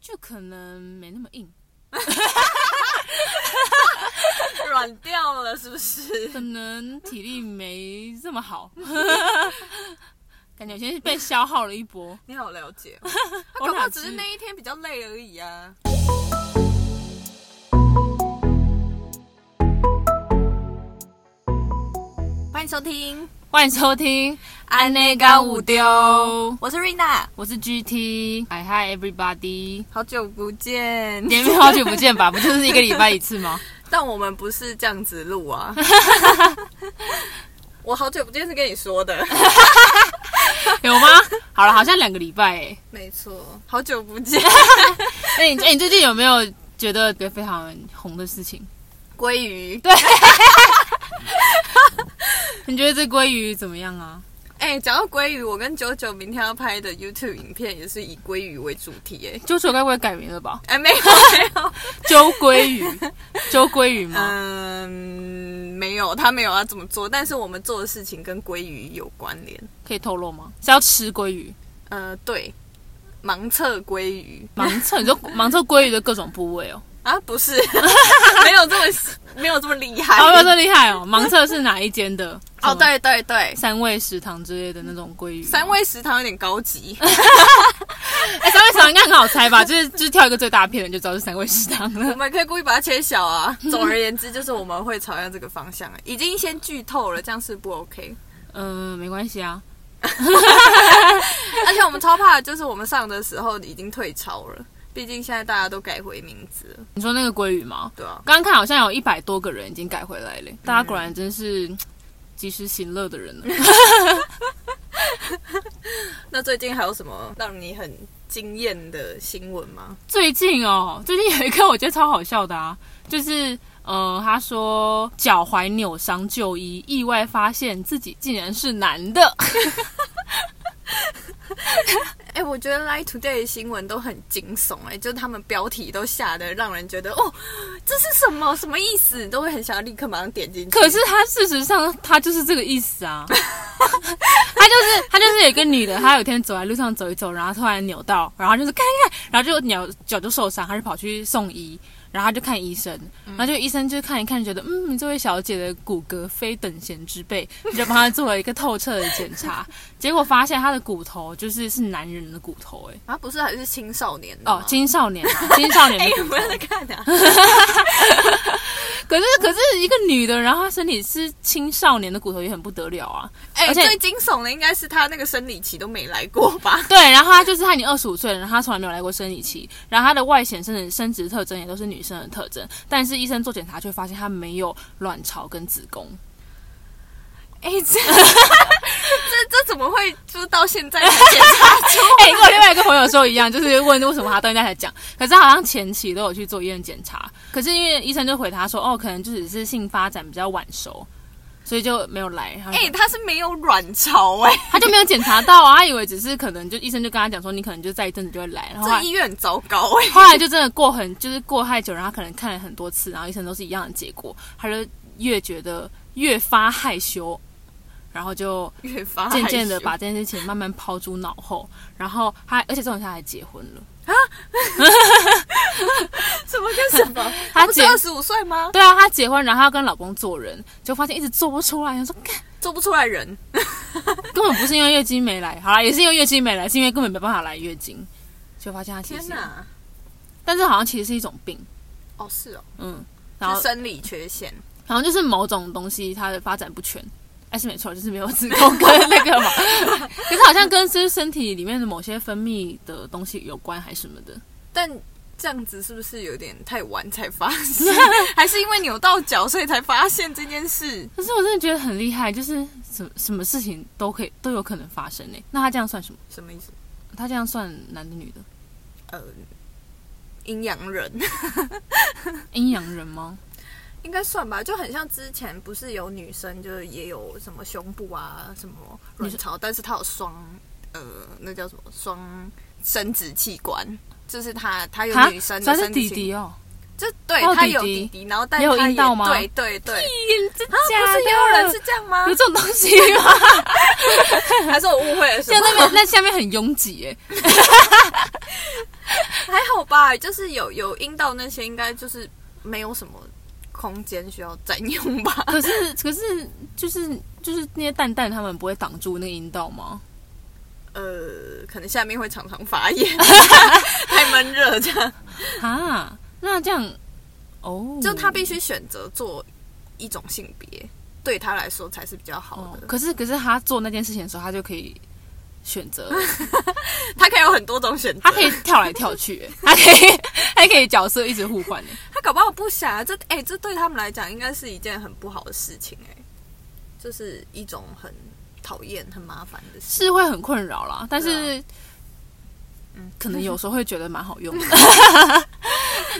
就可能没那么硬， 软掉了是不是？可能体力没这么好，感觉我先被消耗了一波。 你好了 解哦，我搞不好哪只知是那一天比较累而已啊。欢迎收听，欢迎收听《安内干干五五丢丢》，我是 Rina，我是 GT，嗨嗨 everybody，好久不 见。也没有好久不见吧？不就是一个礼拜一次吗？但我们不是这样子录啊。 我好久不见是跟你说的，有吗？好了，好像两个礼拜诶。 没错，好久不见。那你、哎，你最近有没有觉得一个非常红的事情？ 鲑鱼，你觉得这鲑鱼怎么样啊？哎、讲到鲑鱼，我跟九九明天要拍的 YouTube 影片也是以鲑鱼为主题、哎。九九该不会改名了吧？哎，没有没有，周鲑鱼，周鲑鱼吗？嗯，没有，他没有要这么做，但是我们做的事情跟鲑鱼有关联。可以透露吗？是要吃鲑鱼？呃，对，盲测鲑鱼盲测，你说盲测鲑鱼的各种部 位哦，啊，不是，没有这么细没有这么厉害。好有这厉害哦！盲测是哪一间的？哎哦，，对对对，三味食堂之类的那种鲑鱼吗。三味食堂有点高级，哎，三味食堂应该很好猜 吧？就是就是挑一个最大片的，就知道是三味食堂我 了。们可以故意把它切 小啊。总而言之，就是我们会朝向这个方向，啊已经先剧透了，这样是不 OK。嗯，没关系啊。而且我们超怕，就是我们上的时候已经退潮了，毕竟现在大家都改回名字了，你说那个鲑鱼吗？对啊。刚刚看好像有一百多个人已经改回来了，大家果然真是嘖及时行乐的人呢。哦那最近还有什么让你很惊艳的新闻吗？最近哦，最近有一个我觉得超好笑的啊，就是呃，他说脚踝扭伤就医，意外发现自己竟然是男的，哎、我觉得 Lie Today 的新闻都很惊悚、哎，就是他们标题都下的让人觉得哦，这是什么什么意思？你都会很想要立刻马上点进去。可是他事实上他就是这个意思啊。 他就是他就是有一个女的，她有一天走在路上走一走，然后突然扭到，然后就是看看，然后就扭脚就受伤，她就跑去送医，然后她就看医生，然后就医生就看一看，觉得嗯，你这位小姐的骨骼非等闲之辈，就帮她做了一个透彻的检查，结果发现她的骨头就是是男人的骨头、欸，啊，不是还是青少年的哎，吗哦，青少年啊，青少年 哎、的你骨不头要再看啊！可是可是一个女的，然后她身体是青少年的骨头，也很不得了啊。哎、而且最惊悚的应该是他那个生理期都没来过吧？对，然后她就是她已经二十五岁了，然后她从来没有来过生理期，然后她的外显生殖生殖特征也都是女生的特征，但是医生做检查却发现她没有卵巢跟子宫， 哎、这 这这怎么会就是到现在才 检查出？哎、跟我另外一个朋友说一样，就是问为什么他到现在才讲，可是他好像前期都有去做医院检查，可是因为医生就回答说，哦，可能就只是性发展比较晚熟，所以就没有来。哎哎、他是没有卵巢哎、他就没有检查到啊，他以为只是可能就医生就跟他讲说，你可能就再一阵子就会来，然后后这来医院很糟糕哎、后来就真的过很就是过太久，然后他可能看了很多次，然后医生都是一样的结果，他就越觉得越发害羞，然后就越发渐渐的害羞把 这件事情慢慢抛诸脑后，然后他而且这种他还结婚了，什么跟什么？他不是结二十五岁吗？对啊，她结婚，然后要跟老公做人，就发现一直做不出来，想说干做不出来人，根本不是因为月经没来，好啦，也是因为月经没来，是因为根本没办法来月经，就发现她其天实，哪！但是好像其实是一种病，哦，是哦，嗯，然后是生理缺陷。好像就是某种东西它的发展不全，哎是没错，就是没有子宫跟那 个嘛，可是好像跟就是身体里面的某些分泌的东西有关还是什么的，但这样子是不是有点太晚才发现？ 还是因为扭到脚所以才发现这件事？可是我真的觉得很厉害，就是什什么事情都可以都有可能发生呢、那她这样算什么？什么意思？她这样算男的女的？呃，阴阳人阴阳人吗？ 应该算吧，就很像之前不是有女生就是也有什么胸部啊什么卵巢，但是她有双呃那叫什么双生殖器官，就是她她有哈女生的算是生殖弟器弟哦，就对哦他弟有弟弟弟，然后但也有他阴道吗对对对，啊，真的不是也有人是这样吗有？啊这种东西 吗？还是我误会了什像么？欸那边那下面很拥挤耶，还好吧，就是有有阴道那些，应该就是没有什么空间需要占用吧。 可是可是就是就是那些蛋蛋，他们不会挡住那个阴道吗？呃，可能下面会常常发 炎，太闷热这样。啊，那这样哦，就他必须选择做一种性别，对他来说才是比较好哦的。可是可是他做那件事情的时候，他就可以选择，他可以有很多种选择，他可以跳来跳去、 欸他可以他可以角色一直互换、欸他搞不好不想啊。这哎、这对他们来讲应该是一件很不好的事情哎、就是一种很讨厌、很麻烦的事。是会很困扰啦。但对啊是、嗯，可能有时候会觉得蛮好 用的。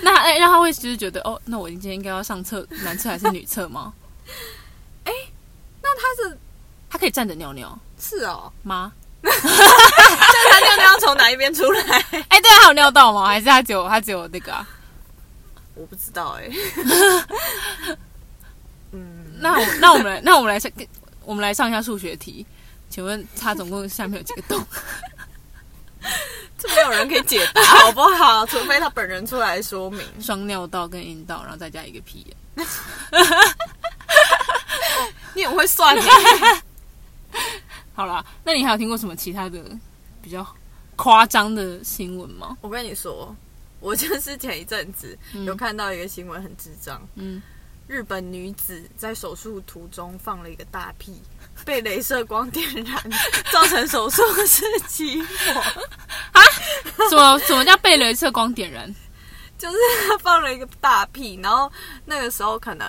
那哎、让他会就是觉得哦，那我今天应该要上厕男厕还是女厕 吗？那他是他可以站着尿尿是哦，吗？就是他尿尿要从哪一边出来？哎、对啊，他有尿道吗？还是他只有他只有那个、啊？我不知道哎、嗯，那我那我们来那我们来上我们来上一下数学题。请问它总共下面有几个洞？这没有人可以解答，好不好？除非他本人出来说明。双尿道跟阴道，然后再加一个屁眼。你很会算欸耶，好啦，那你还有听过什么其他的比较夸张的新闻吗？我跟你说，我就是前一阵子有看到一个新闻，很智障。嗯，日本女子在手术途中放了一个大屁，被镭射光点燃，造成手术室起火。什么什么叫被镭射光点燃？ 就是她放了一个大屁，然后那个时候可能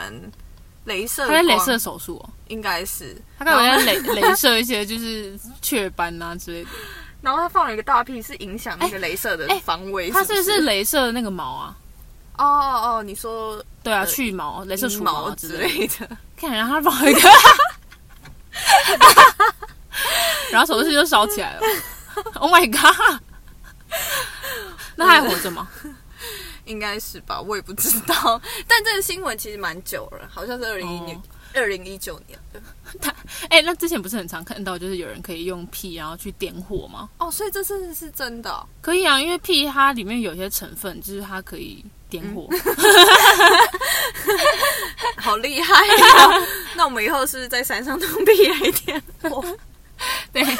镭射他光在镭射手术哦，应该是，他该不会在镭镭射一些就是雀斑啊之类的？然后她放了一个大屁，是影响那个镭射的哎哎防卫。他是是不是是镭射那个毛啊？哦哦哦，你说对啊，呃去毛、啊镭射阴除毛之之类的。类的，看，然后他放一 个，然后手术室就烧起来了。Oh my god！那他还活着 吗？应该是吧？我也不知道。 但这个新闻其实蛮久了，好像是二零一年哦、二零一九年的。哎、那之前不是很常看到，就是有人可以用屁然后去点火吗？哦，所以这次是真的哦、 可以啊，因为屁它里面有一些成分，就是它可以点火。嗯好厉害、啊！ 那我们以后是不是在山上 弄屁孩 点火？哦对，哎、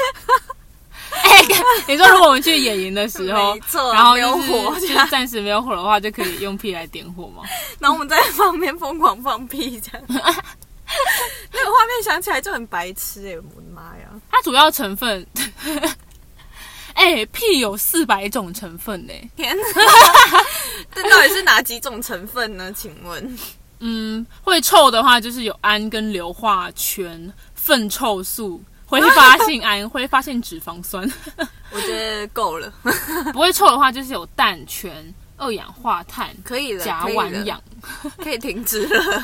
你说如果我们去野营的时候 没，错，啊然后没就有是 火就这是样，暂时没有火的话，就可以用屁来点火吗？然后我们在旁边疯狂放屁 这样。那个画面想起来就很白痴哎、我的妈呀！它主要成分， 哎、屁有四百种成分呢、天哪， 这到底是哪几种成分呢？请问？嗯，会臭的话就是有氨跟硫化醛、粪臭素、挥发性氨、挥发性脂肪 酸。我觉得够了，不会臭的话就是有氮醛、二氧化碳、可以了，甲啊可以烷了，氧。可以停止了。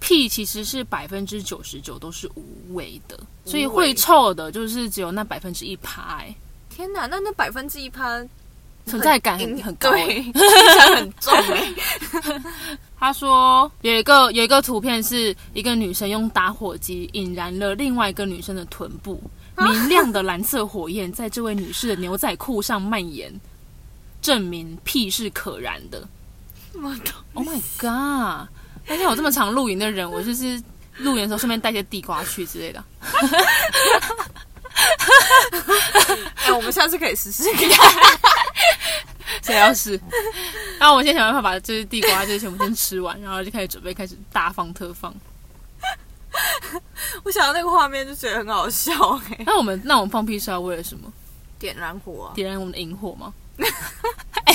屁其实是百分之九十九都是无味的，所以无味会臭的就是只有那百分之一趴，哎、天哪，那那百分之一趴存在感很很高、欸。嗯对，影响很重哎、 他说有一个有一个图片是一个女生用打火机引燃了另外一个女生的臀部，明亮的蓝色火焰在这位女士的牛仔裤上蔓延，证明屁是可燃的。我懂 Oh my god！那像我这么常露营的人，我就是露营的时候顺便带些地瓜去之类的。哎、我们下次可以试试 看。谁要试？然后我先想办法把这些地瓜就是全部先吃完，然后就开始准备开始大放特放。我想到那个画面就觉得很好笑哎、那我们那我们放屁是要为了什么？点燃火、啊，点燃我们的萤火吗？ 哎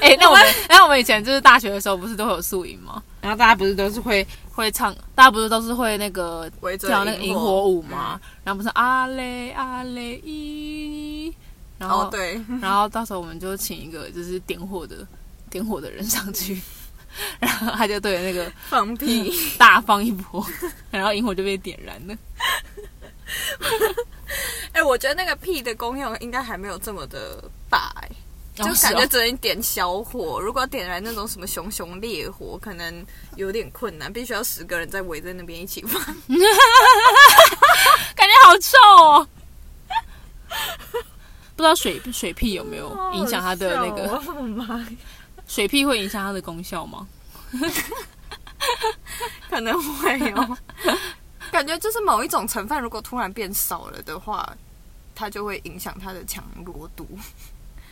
哎、 那我们那我们以前就是大学的时候，不是都会有宿营吗？然后大家不是都是会会唱，大家不是都是会那个围着跳那个萤火舞吗？嗯然后不是阿嘞阿嘞咦，然嗯？后、哦，对， 然后到时候我们就请一个就是点火的点火的人上去， 然后他就对着那个放屁， 大放一波， 然后萤火就被点燃了。哎、我觉得那个屁的功用应该还没有这么的大、哎，就然后感是觉哦只能点小火。如果要点燃那种什么熊熊烈火，可能有点困难，必须要十个人在围在那边一起放。感觉好臭哦。不知道水水屁有没有哦影响它的那个、好好笑哦我的妈呀，水屁会影响它的功效吗？ 可能会哦。 感觉就是某一种成分，如果突然变少了的话，它就会影响它的强弱度。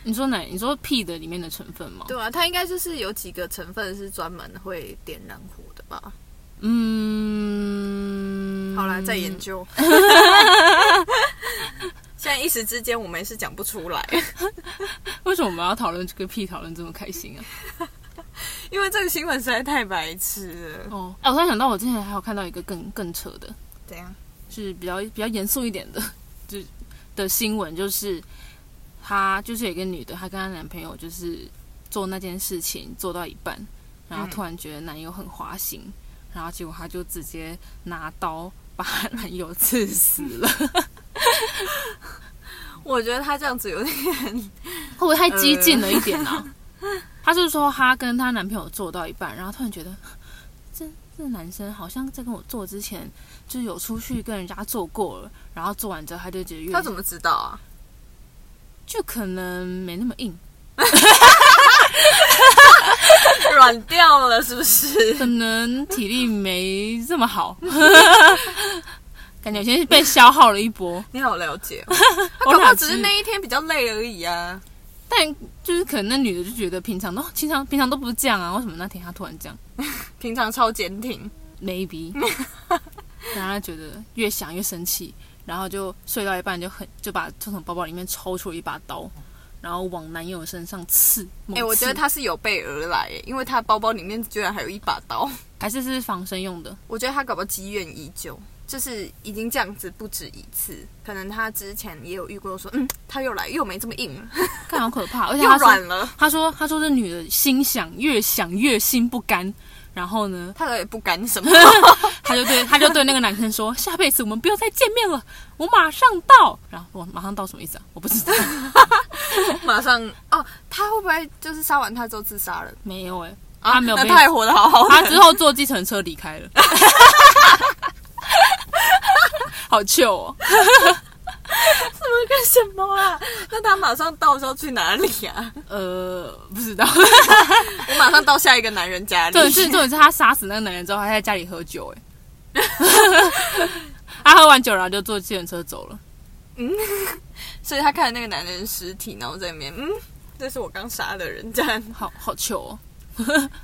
你说哪？你说屁的里面的成分吗？对啊，它应该就是有几个成分是专门会点燃火的吧？嗯，好啦，再研 究。现在一时之间我们也是讲不出来，为什么我们要讨论这个屁讨论这么开心啊？因为这个新闻实在太白痴了。哦，哎、我突然想到，我之前还有看到一个更更扯的，怎样？是比较比较严肃一点的，就的新闻，就是她就是有一个女的，她跟她男朋友就是做那件事情做到一半，然后嗯突然觉得男友很花心，然后结果她就直接拿刀把她 男友刺死了，我觉得他这样子有点 会不会太激进了一点呢、啊？她是说她跟她男朋友做到一半，然后突然觉得这这男生好像在跟我做之前就是有出去跟人家做过了，然后做完之后她就觉得越他怎么知道啊？就可能没那么硬。软掉了是不是？ 可能体力没这么好，感觉先被消耗了一波。你好了解、哦，他我搞不好哪只是知那一天比较累而已啊。但就是可能那女的就觉得平常都哦平常平常都不是这样啊，为什么那天她突然这样平常超坚挺， ？Maybe，然后她觉得越想越生气，然后就睡到一半就很就把就从包包里面抽出了一把刀，然后往男友身上刺。哎哎、我觉得他是有备而来，因为他包包里面居然还有一把 刀。还是是防身用的，我觉得他搞不好积怨已久，就是已经这样子不止一次。可能他之前也有遇过说，嗯，他又来又没这么 硬了，看好可怕，而且又她软说了，她说她说这女的心想越想越心不甘，然后呢他也不敢 什么。他就对他就对那个男生说：“下辈子我们不要再见面了，我马上到。”然后我马上到什么意思啊？我不知 道，马上哦，他会不会就是杀完他之后自杀了？没有哎、啊他没有那被他还活得好好他的，之后坐计程车离开了， 好糗哦！干什么啊？那他马上到的时候去哪里 啊？呃，不 知道。我马上到下一个男人家里。重点 是重点是他杀死那个男人之后，还在家里喝酒哎、 他喝完酒然后就坐计程车走了。所以他看了那个男人的尸体，然后在里面，嗯，这是我刚杀的人， 这样。好好糗哦！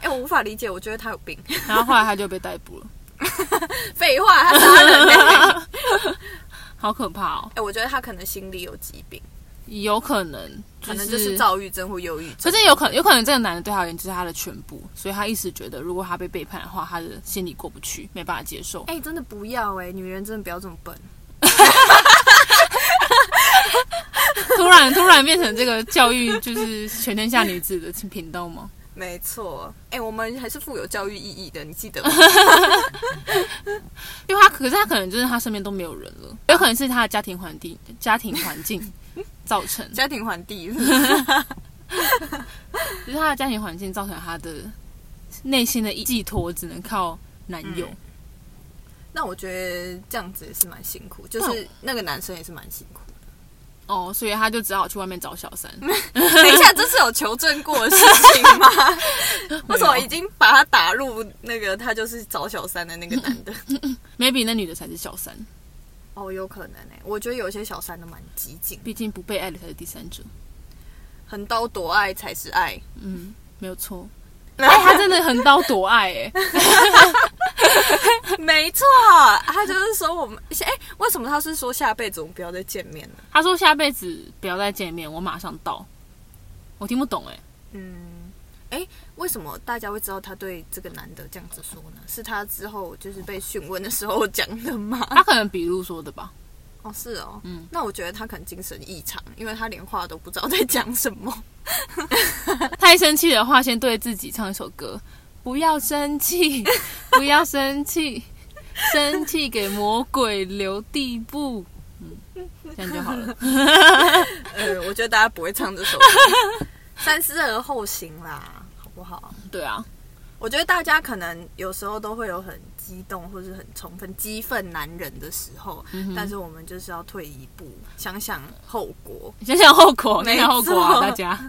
哎、我无法理解，我觉得他有病。然后后来他就被逮捕了， 废话，他杀人、欸。 哎、好可怕哦！我觉得他可能心里有疾病，有可能、就是、可能就是躁郁症或忧郁可症。是有可能，有可能这个男的对他而言就是他的全部，所以他一直觉得，如果他被背叛的话，他的心里过不去，没办法接受。 哎、真的不要哎、女人真的不要这么笨。突然，突然变成这个教育就是全天下女子的频道吗？没错，哎、我们还是富有教育意义的，你记 得吗？因为他，可是他可能就是他身边都没有人了，有可能是他的家庭环境、家庭环境 造成，家庭环地， 就是他的家庭环境造成他的内心的寄托只能靠男友。那我觉得这样子也是蛮辛苦，就是那个男生也是蛮辛苦。哦，所以他就只好去外面找小三。 等一下，这是有求证过的事情 吗？为什么已经把他打入那个他就是找小三的那个男的？ maybe 那女的才是小三， 哦，有可能哎、我觉得有些小三都蛮激进，毕竟不被爱的才是第三者。横刀夺爱才是爱。嗯，没有错。哎、他真的横刀夺爱哎、 没错，他就是说我们哎、为什么他是说下辈子我们不要再见面了？他说下辈子不要再见面，我马上到。我听不懂哎、嗯，哎、为什么大家会知道他对这个男的这样子说呢？是他之后就是被询问的时候讲的吗？他可能笔录说的吧。哦，是哦，嗯，那我觉得他可能精神异常，因为他连话都不知道在讲什么。太生气的话，先对自己唱一首歌，不要生 气，不要生气，生气给魔鬼留地步。嗯，这样就好了。呃，我觉得大家不会唱这首歌，三思而后行啦，好不好？对啊，我觉得大家可能有时候都会有很激动或是很充分激愤男人的时候，嗯但是我们就是要退一步，想想后果，想想后果，想想后果啊，没错大家。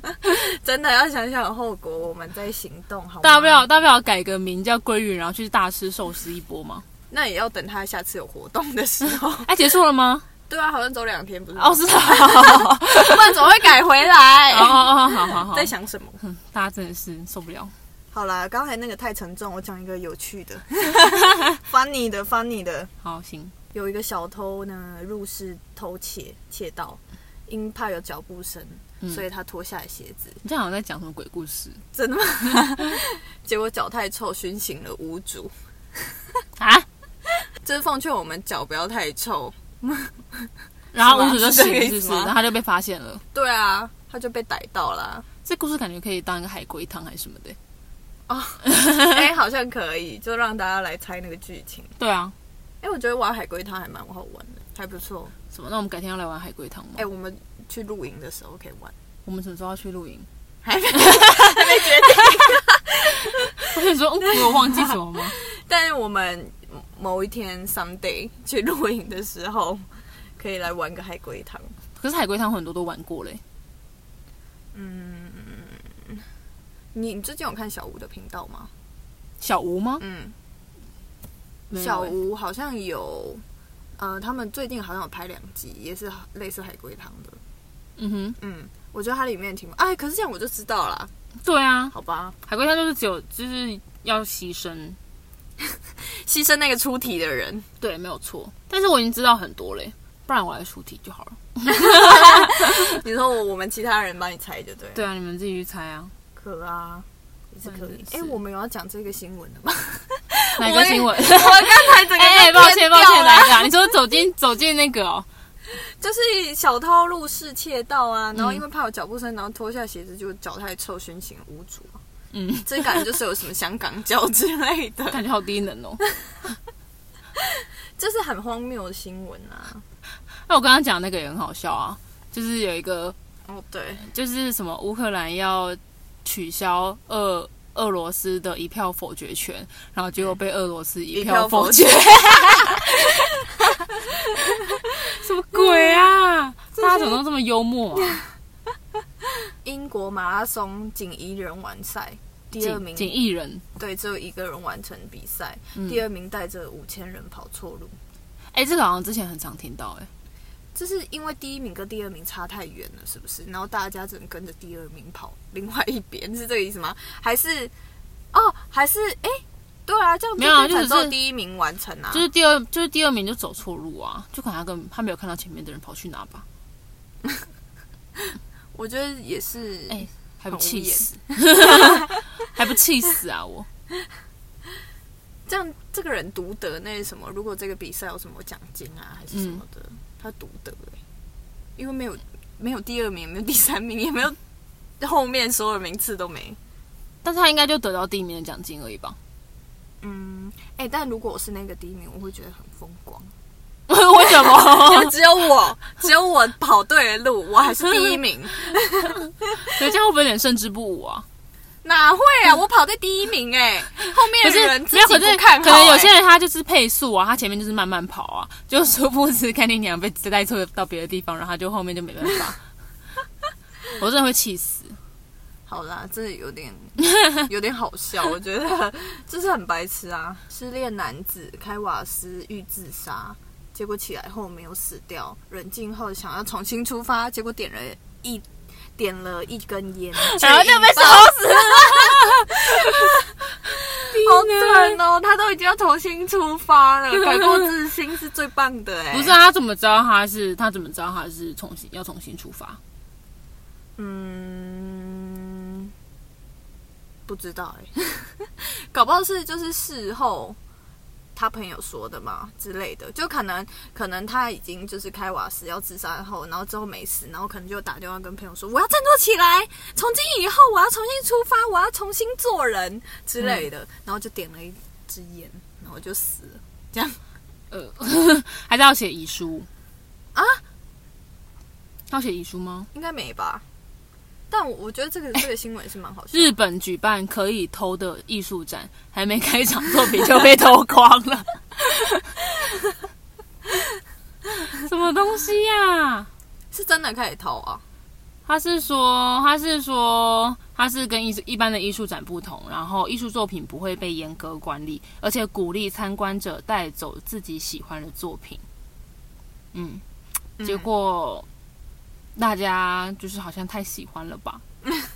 真的要想想后果，我们再行动好吗？大不了大不了改个名叫鲑鱼，然后去大吃寿司一波嘛。那也要等他下次有活动的时候。哎，结束了吗？对啊，好像走两天不是吗？哦， 是啊。不然怎么会改回来？哦哦，哦好好好在，想什么？大家真的是受不了。好啦，刚才那个太沉重，我讲一个有 趣的，funny 的，funny 的。好，行，有一个小偷呢入室偷窃，窃盗，因怕有脚步声，所以他脱下了鞋子，你这好像在讲什么鬼故事真的吗？结果脚太臭，熏醒了屋主。啊？这是奉劝我们脚不要太臭。然后屋主就是醒这个了，意是不思是？吗然后他就被发现了。对啊，他就被逮到啦。这故事感觉可以当一个海龟汤还是什么的。哎、好像可以，就让大家来猜那个剧情。对啊，哎、我觉得玩海龟汤还蛮好玩的，还不错。什么？那我们改天要来玩海龟汤吗哎、？我们去露营的时候可以玩。我们什么时候要去露营？还没我想说，嗯，我忘记什么吗？但是我们某一天 someday 去露营的时候，可以来玩个海龟汤。可是海龟汤很多都玩过嘞。嗯，你你最近有看小吴的频道吗？小吴吗？嗯，没有小欸吴好像有，呃，他们最近好像有拍两集，也是类似海龟汤的。嗯哼，嗯，我觉得它里面挺……哎，可是这样我就知道啦，对啊，好吧？海龟汤就是只有就是要牺牲，牺牲那个出题的人， 对，没有错。但是我已经知道很多嘞，不然我来出题就好了。你说我我们其他人帮你猜就对。，对啊，你们自己去猜啊。可啊，也是可反以正。是哎、我们有要讲这个新闻的吗？哪个新 闻？我刚才整个哎、被抱歉，骗抱掉歉，了哪一个啊？你说走进走进那个哦，就是小偷入室窃盗啊，然后嗯因为怕有脚步声，然后脱下鞋子就脚太臭，熏醒了屋主啊。嗯，这感觉就是有什么香港脚之类的， 感觉好低能哦。这是很荒谬的新闻啊。哎那我刚刚讲那个也很好笑啊，就是有一个哦，对，就是什么乌克兰要取消俄俄罗斯的一票否决权，然后结果被俄罗斯一票否决，一 什么鬼啊？大家怎么都这么幽默啊？英国马拉松仅一人完赛，第二名仅仅一人，对只有一个人完成比赛，嗯第二名带着五千人跑错路。哎、这个好像之前很常听到、哎，这是因为第一名跟第二名差太远了，是不是？然后大家只能跟着第二名跑另外一边，是这个意思吗？还是哦，还是哎、对啊，这样没有啊就变成就只是只有第一名完成啊，就是第二，就是第二名就走错路啊，就可能他跟他没有看到前面的人跑去哪吧，我觉得也是。哎还不好无气言死， 还不气死啊我！这样这个人独得那什么？如果这个比赛有什么奖金啊，嗯还是什么的，他独得、欸，因为没有没有第二名，也没有第三名，也没有后面所有名次都没。但是他应该就得到第一名的奖金而已吧？ 嗯，哎、但如果我是那个第一名，我会觉得很风光。为什么？ 就只有我，只有我跑对了路，我还是第一名。可是这样会不会有点胜之不武啊？ 哪会啊，我跑在第一名 哎、后可面是的人自没有，己可是不看好、可欸能有些人他就是配速啊，他前面就是慢慢跑啊，就殊不知看你娘被带错到别的地方，然后他就后面就没办法。 我真的会气死。好啦，这有点 有点好笑，我觉得 就是很白痴啊。失恋男子开瓦斯欲自杀，结果起来后没有死掉，冷静后想要重新出发，结果点了一点了一根 烟，然后就被烧死了。好惨哦！他都已经要重新出发了，改过自新是最棒的哎、不是、啊、他怎么知道他是他怎么知道他是重新要重新出发？嗯，不知道哎、 搞不好是就是事后他朋友说的嘛之类的，就可能可能他已经就是开瓦斯要自杀后，然后之后没死，然后可能就打电话跟朋友说我要振作起来，从今以后我要重新出发，我要重新做人之类的，然后就点了一支烟，然后就死了。呃，还是要写遗书啊？要写遗书吗？应该没吧？但我我觉得这个这个新闻是蛮好笑的。日本举办可以偷的艺术展，还没开场作品就被偷光了，什么东西呀、是真的可以偷啊？他是说，他是说，他是跟艺术一般的艺术展不同，然后艺术作品不会被严格管理，而且鼓励参观者带走自己喜欢的作品。嗯，嗯结果、大家就是好像太喜欢了吧？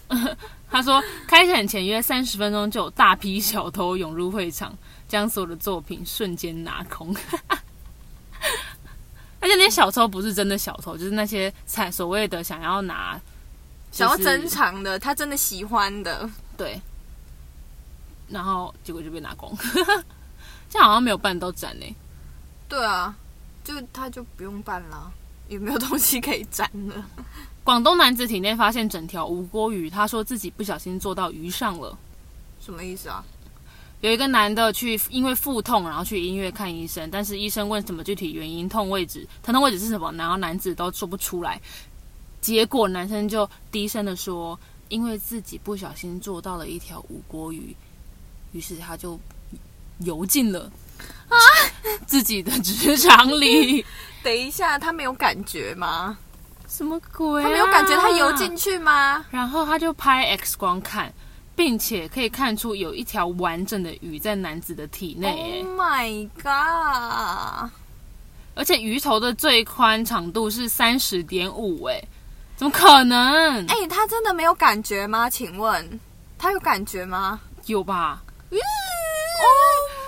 他说，开展前约三十分钟就有大批小偷涌入会场，将所有的作品瞬间拿空。 而且那些小偷不是真的小偷，就是那些才所谓的想要拿想要就是珍藏的，他真的喜欢的，对，然后结果就被拿光， 这样好像没有办到展呢、对啊，就他就不用办啦，也没有东西可以沾了。广东男子体内发现整条无锅鱼，他说自己不小心做到鱼上了。什么意思啊？有一个男的去因为腹痛，然后去医院看医生，但是医生问什么具体原因、痛位置、疼痛位置是什么，然后男子都说不出来。结果男生就低声的说，因为自己不小心做到了一条无锅鱼，于是他就游进了自己的职场里。等一下，他没有感觉吗？什么 鬼、他没有感觉他游进，去吗？ 然后他就拍 X 光看，并且可以看出有一条完整的鱼在男子的体内、哎 Oh my god！而且鱼头的最宽长度是三十点五，哎，怎么可能？哎、他真的没有感觉吗？请问他有感觉吗有吧？ ？Oh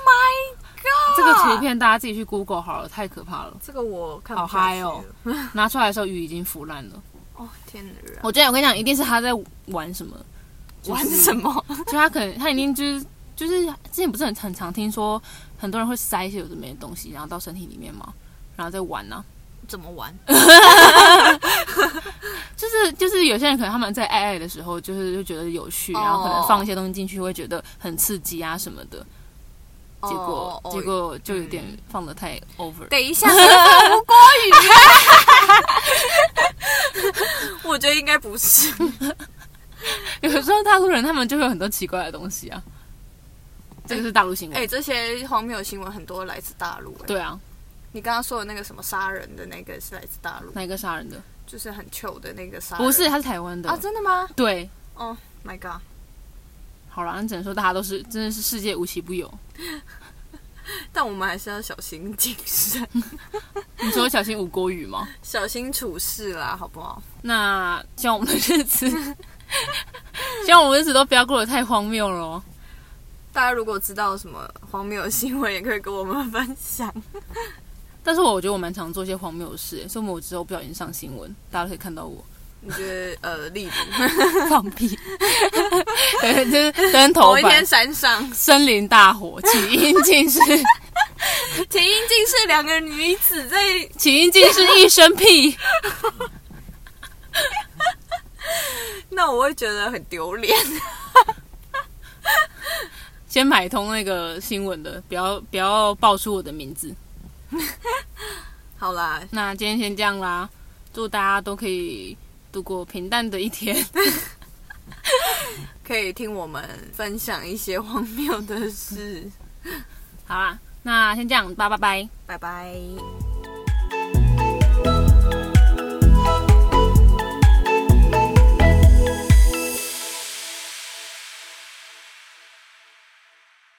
my god！这个图片大家自己去 Google 好了，太可怕了。这个我看好不下嗨去哦了！拿出来的时候鱼已经腐烂了。哦天哪！我觉得我跟你讲，一定是他在玩 什么，就是玩什么？就他可能他一定就是就是之前不是很很常听说很多人会塞一些有的没的东西，然后到身体里面嘛，然后再玩啊呢、怎么玩？就是就是有些人可能他们在爱爱的时候，就是就觉得有趣，哦然后可能放一些东西进去会觉得很刺激啊什么的，结果、哦哦结果就有点放的太 over。等一下，这个吴郭宇， 我觉得应该不是。 有时候大陆人他们就会有很多奇怪的东西啊，这个是大陆行为。 哎、这些荒谬的新闻很多来自大陆、哎，对啊，你刚刚说的那个什么杀人的那个是来自大陆，哪一个杀人的？就是很糗的那个杀人。不是，他是台湾的。啊，真的吗对， ？Oh my god！好了，那只能说大家都是真的是世界无奇不有。但我们还是要小心谨 慎，你说小心吴国语 吗？小心处事啦，好不好？那希望我们的日子， 希望我们的日子都不要过得太荒谬了哦。大家如果知道什么荒谬的新闻，也可以跟我们分享。但是我觉得我蛮常做一些荒谬的事，所以我之后不小心上新闻，大家都可以看到 我你觉得呃，例如放屁， 对，就是登头某一天版、山上森林大火、起因 竟是田英竟是两个女子在起因竟是一声屁，那我会觉得很丢脸。先买通那个新闻的，不要不要爆出我的名字。好啦，那今天先这样啦，祝大家都可以度过平淡的一天。 可以听我们分享一些 荒谬的事。好啦，那先这样，拜拜拜。拜拜。